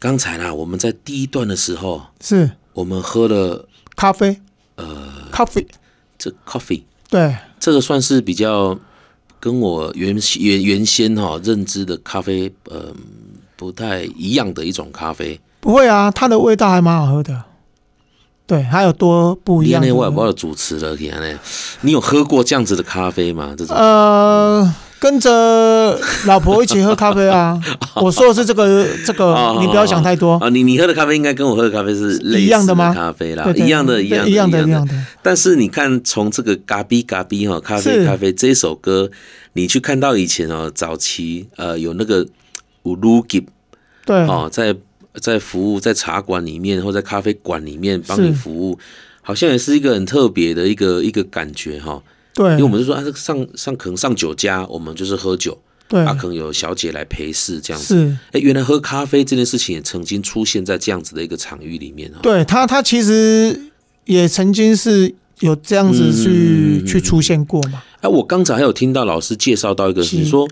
刚才呢，我们在第一段的时候，是我们喝了咖啡，呃，咖啡，这 coffee，对，这个算是比较跟我原原原先哈、认知的咖啡，呃，不太一样的一种咖啡。不会啊，它的味道还蛮好喝的。对，还有多不一你样那的我也不知道主持了，你呢？你有喝过这样子的咖啡吗？这种呃，跟着老婆一起喝咖 啡啊。我说的是这个这哦个，你不要想太多，啊，你你喝的咖啡应该跟我喝的咖啡是类似一样的吗咖啡啦，对对一样的，对一样的，一样的一一样样的的。但是你看，从这个嘎比嘎比哈，咖啡是咖啡这首歌，你去看到以前哦，早期呃有那个乌鲁吉对，哦，在在服务在茶馆里面或在咖啡馆里面帮你是服务，好像也是一个很特别的一个一个感觉哈。对因为，我们就说啊，这个上上可能上酒家，我们就是喝酒，对啊，，可能有小姐来陪侍这样子。是，哎，原来喝咖啡这件事情也曾经出现在这样子的一个场域里面哦。对他，他其实也曾经是有这样子去、嗯去出现过嘛。哎，我刚才还有听到老师介绍到一个，是你说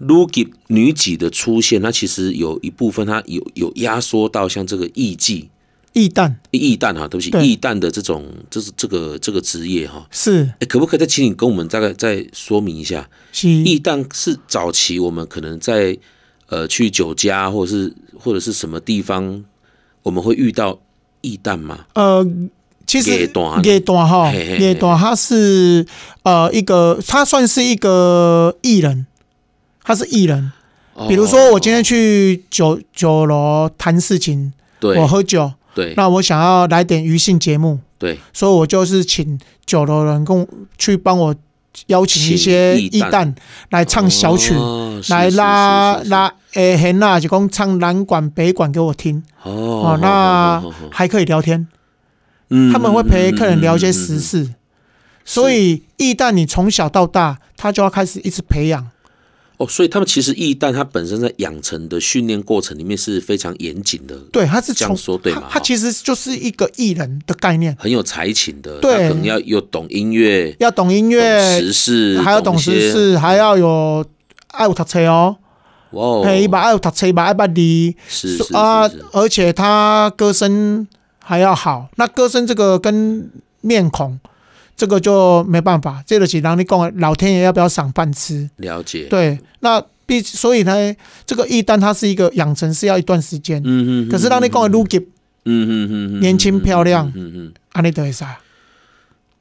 Lugi 女几的出现，那其实有一部分它有有压缩到像这个艺妓、异蛋艺旦啊哈，对不起，对艺旦的这种，这是这个这个职业哈。是哎，可不可以再请你跟我们大概再说明一下，西艺旦是早期我们可能在呃去酒家或者是或者是什么地方，我们会遇到艺旦吗？呃，其夜实段夜段哈，嘿嘿嘿夜段他是呃一个，他算是一个艺人，他是艺人。哦比如说，我今天去酒酒楼谈事哦情，对我喝酒，对那我想要来点娱性节目，对，所以我就是请酒楼人跟我去帮我邀请一些请艺艺旦旦来唱小曲。哦来是拉是是是拉诶，嘿那就讲唱南管北管给我听哦哦哦，那哦哦哦还可以聊天，嗯他们会陪客人聊一些嗯嗯嗯时嗯事，所以一旦你从小到大，他就要开始一直培养，哦，所以他们其实艺旦他本身在养成的训练过程里面是非常严谨的，对，他是这样从说对他吗？他实其实就是一个艺人的概念，很有才情的，对他可能要有懂音乐、要懂音懂乐，时事，还要懂一些时，事，还要有爱有读册哦，哇哦，嘿，一把爱有读册，一把爱捌字。是说是啊是是，而且他歌声还要好。那歌声这个跟面孔，这个就没办法，这个是让你讲老天爷要不要赏饭吃？了解，，对，那必所以呢，这个一旦它是一个养成是要一段时间。嗯嗯，可是让你讲的 l o o k 嗯嗯嗯嗯，年轻漂亮，嗯嗯安尼等啥？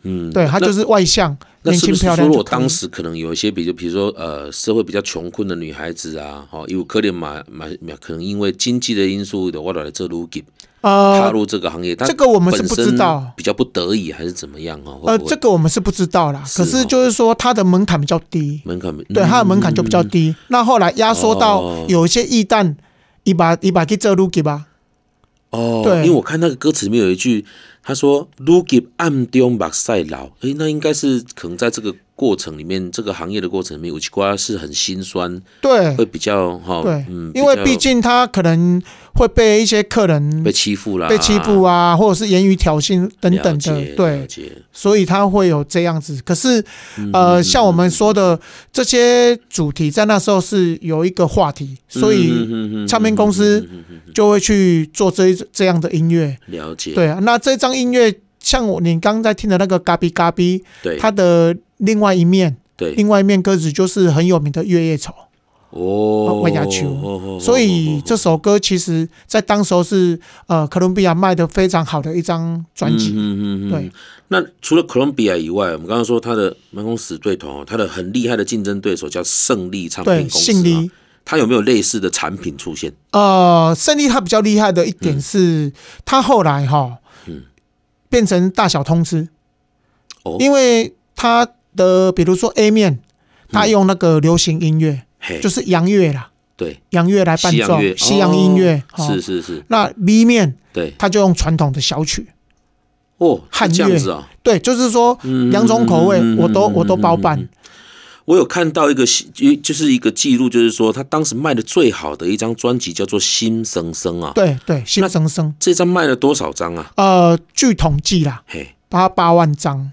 嗯，对，他那就是外向，那年是轻不是漂说亮就可以。我当时可能有一些比较，比如说呃，社会比较穷困的女孩子啊，哦，有可能买买买，可能因为经济的因素的，我来这路给踏呃入这个行业，她这个我们是本不身知道比较不得已还是怎么样哦？呃，会不会这个我们是不知道啦。是可哦是就是说，它的门槛比较低。门槛对，它的门槛就比较。嗯低。那后来压缩哦到有一些驿站，一把一把去做 l u k 吧，哦，对因为我看那个歌词里面有一句，他说 “look i 暗中把赛老”，诶，那应该是可能在这个过程里面，这个行业的过程里面，有些瓜是很心酸，对会比较哈，对哦嗯，，因为比较毕竟他可能会被一些客人被欺负啦，被欺负啊，或者是言语挑衅等等了的解，了对，解所以他会有这样子。可是嗯呃，像我们说的这些主题，在那时候是有一个话题，所嗯以以唱片公司嗯就会去做这一这样的音乐。了解，对啊，那这张音乐像我你刚才听的那个嘎比嘎比，对，它的另外一面，对另外一面歌词就是很有名的《月夜愁哦，万雅球哦》，所以这哦首歌其实在当时候是呃哥伦比亚卖的非常好的一张专嗯辑。嗯嗯嗯对嗯。那除了哥伦比亚以外，我们刚刚说他的办公室对头，他的很厉害的竞争对手叫胜利嗯唱片对，公司啊信嘛，利，他有没有类似的产品出现？呃，胜利他比较厉害的一点是，他后来哈嗯，变成大小通吃哦，因为他的比如说 A 面，他用那个流行音乐，嘿，就是洋乐啦，对，洋乐来伴嗯西洋奏乐，，西洋音乐，哦哦是是是，那 B 面对，他就用传统的小曲，哦，是汉这样乐子啊，对，就是说嗯两种口味嗯嗯我都嗯我都包嗯嗯办嗯。我有看到一个新，就是一个记录，就是说他当时卖的最好的一张专辑叫做《心生生》啊，对对，新生生，这张卖了多少张啊？呃，据统计啦，嘿，八八万张。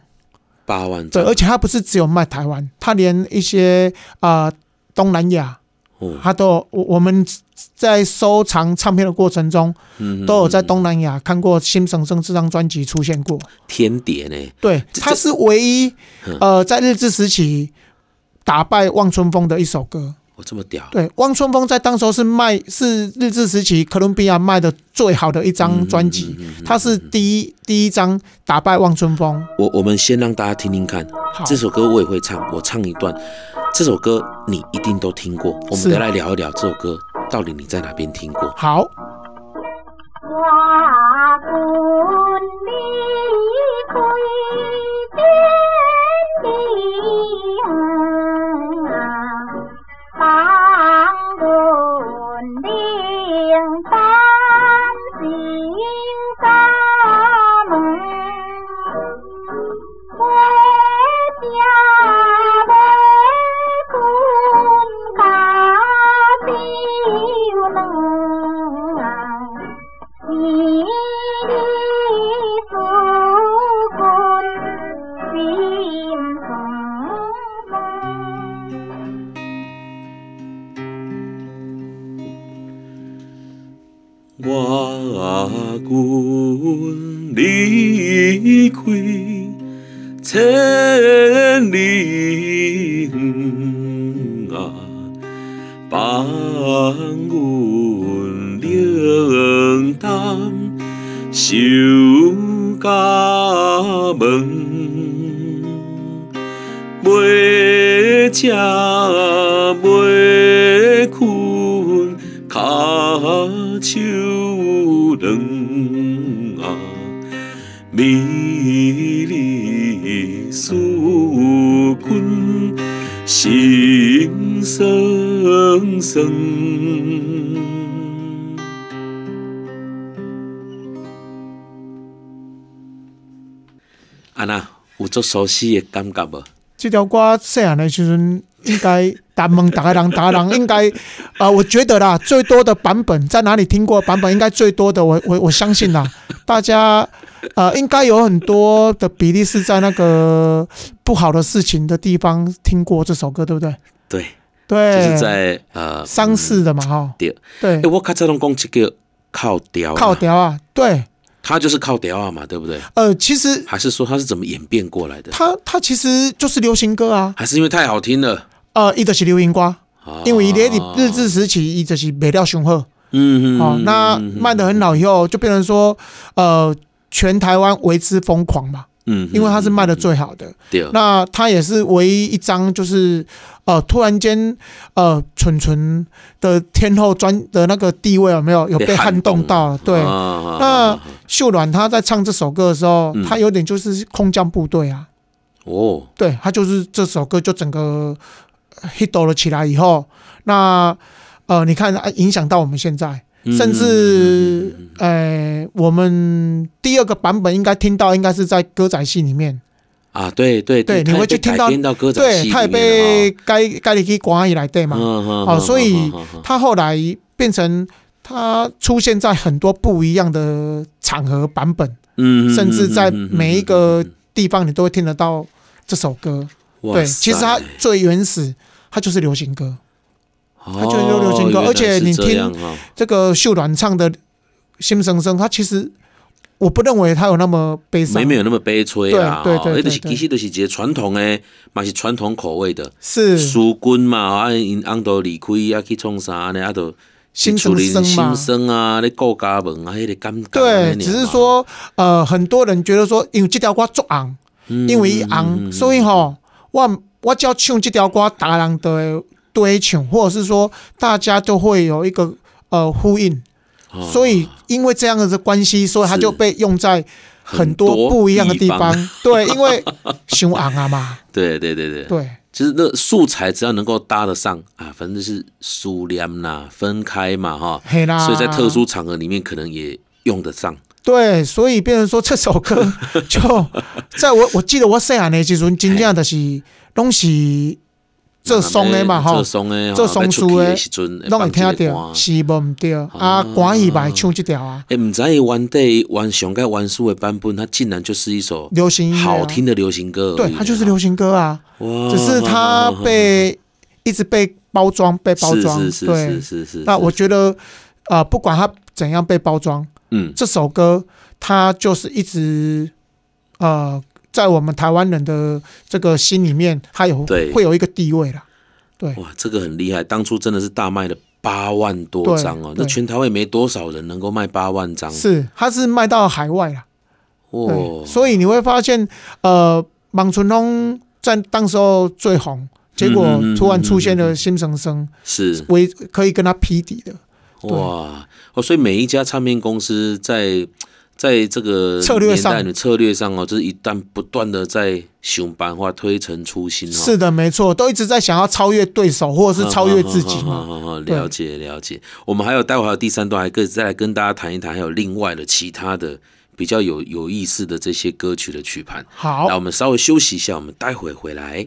八万对，张，而且它不是只有卖台湾，它连一些啊、呃东南亚，哦，它都有我我们在收藏唱片的过程中，嗯，都有在东南亚看过辛省胜这张专辑出现过。天碟呢，对，这嗯它是唯一呃在日治时期打败望春风的一首歌。我哦这么屌，对，望春风在当时候是卖是日治时期哥伦比亚卖的最好的一张专辑，嗯嗯嗯嗯它是第一第一张打败望春风。我我们先让大家听听看好，这首歌，我也会唱，我唱一段。这首歌你一定都听过，我是们再来聊一聊这首歌到底你在哪边听过。好，我管你开边地行，帮管领班行家门，回家门管家丢门。你的祖国心中我军离开千里远啊，放阮冷淡守家门。袂食袂困，骹手软啊，迷离思君心酸酸。安娜，啊有足熟悉的感觉无？这条歌细汉的时阵应该打蒙打开人打人应该，呃，我觉得啦，最多的版本在哪里听过的版本应该最多的，我我我相信啦，大家呃应该有很多的比例是在那个不好的事情的地方听过这首歌，对不对？对，对，就是在呃丧事的嘛，哈、对。对哎、，我较早拢讲这个靠雕，靠，调啊，对，它就是靠雕啊嘛，对不对？呃，其实还是说它是怎么演变过来的？它它其实就是流行歌啊，还是因为太好听了？呃，伊就是流行歌，啊因为伊咧日日治时期伊就是卖了雄厚，嗯哦，那卖得很，好以后就变成说，呃，全台湾为之疯狂嘛，嗯因为它是卖的最好的，对，那它也是唯一一张就是呃突然间呃蠢蠢的天后专的那个地位有没有有被撼动到了？对，啊那那秀鸾她在唱这首歌的时候，嗯她有点就是空降部队啊，哦，对，她就是这首歌就整个呃 hit 了起来以后，那呃，你看啊影响到我们现在，嗯甚至呃，我们第二个版本应该听到应该是在歌仔戏里面，啊，对对对你它也会去被改听到编到歌仔对，戏她也里面嗯被该该里去广以来对嘛，了哈，哦，所以它她后来变成她出现在很多不一样的场合版本。嗯甚至在每一个嗯嗯嗯嗯地方你都会听得到这首歌。嗯对，哇塞其实它最原始，它就是流行歌。哦它就是流行原歌来而且你是这听样哦这个秀鸾唱的《心声声》，它其实我不认为它有那么悲伤没，没有那么悲催啦，对对对哦那对就是对其实就是一个传统的，嘛是传统口味的，是《苏军嘛，啊因翁都离开啊去创啥呢？啊都心声声》嘛心。声啊，咧顾家门啊，迄个感觉啊。那对，样嘛只是，说呃，很多人觉得说，因为这条歌足昂，嗯因为伊昂，所以，吼，我我只要唱这条歌，大人都会都会唱，或者是说大家就会有一个呃呼应。哦所以因为这样的关系，所以它是就被用在很很多多不一样的地方。地对，因为熊昂啊嘛，对对对对， 对其实那素材只要能够搭得上啊，反正就是苏联啦，分开嘛哈，嘿啦，所以在特殊场合里面可能也用得上。对，所以变成说这首 歌就在我我记得我细汉的时阵，真正的是拢是这松的嘛吼啊这，松的，做松书树的时阵，拢会听放这个到，歌是无毋对啊啊，关羽白唱这条啊，哎，唔知伊原底原上个原始的版本，它竟然就是一首流行音乐啊好听，的流行歌而已。啊啊对，它就是流行歌啊，哇，只是它被一直被包装被包是装，是是对是。是是。那是我觉得，呃，不管它怎样被包装，嗯这首歌它就是一直，呃，在我们台湾人的这个心里面，它有对会有一个地位啦。哇，这个很厉害，当初真的是大卖了八万多对张哦，那对全台湾也没多少人能够卖八万张，是，它是卖到海外啦。哇对，，所以你会发现，呃，莽春龙在当时候最红，结果嗯嗯嗯突然出现嗯嗯了嗯新生生，是为可以跟他匹敌的嗯哇哦，所以每一家唱片公司在在这个策略上年代的策略上哦，就是一旦不断的在想办法推陈出新哦，是的，没错，都一直在想要超越对手或嗯者是超越自己好好嘛。好好好对了解了解。我们还有待会还有第三段，还可以再来跟大家谈一谈，还有另外的其他的比较有有意思的这些歌曲的曲盘。好那，我们稍微休息一下，我们待会回来。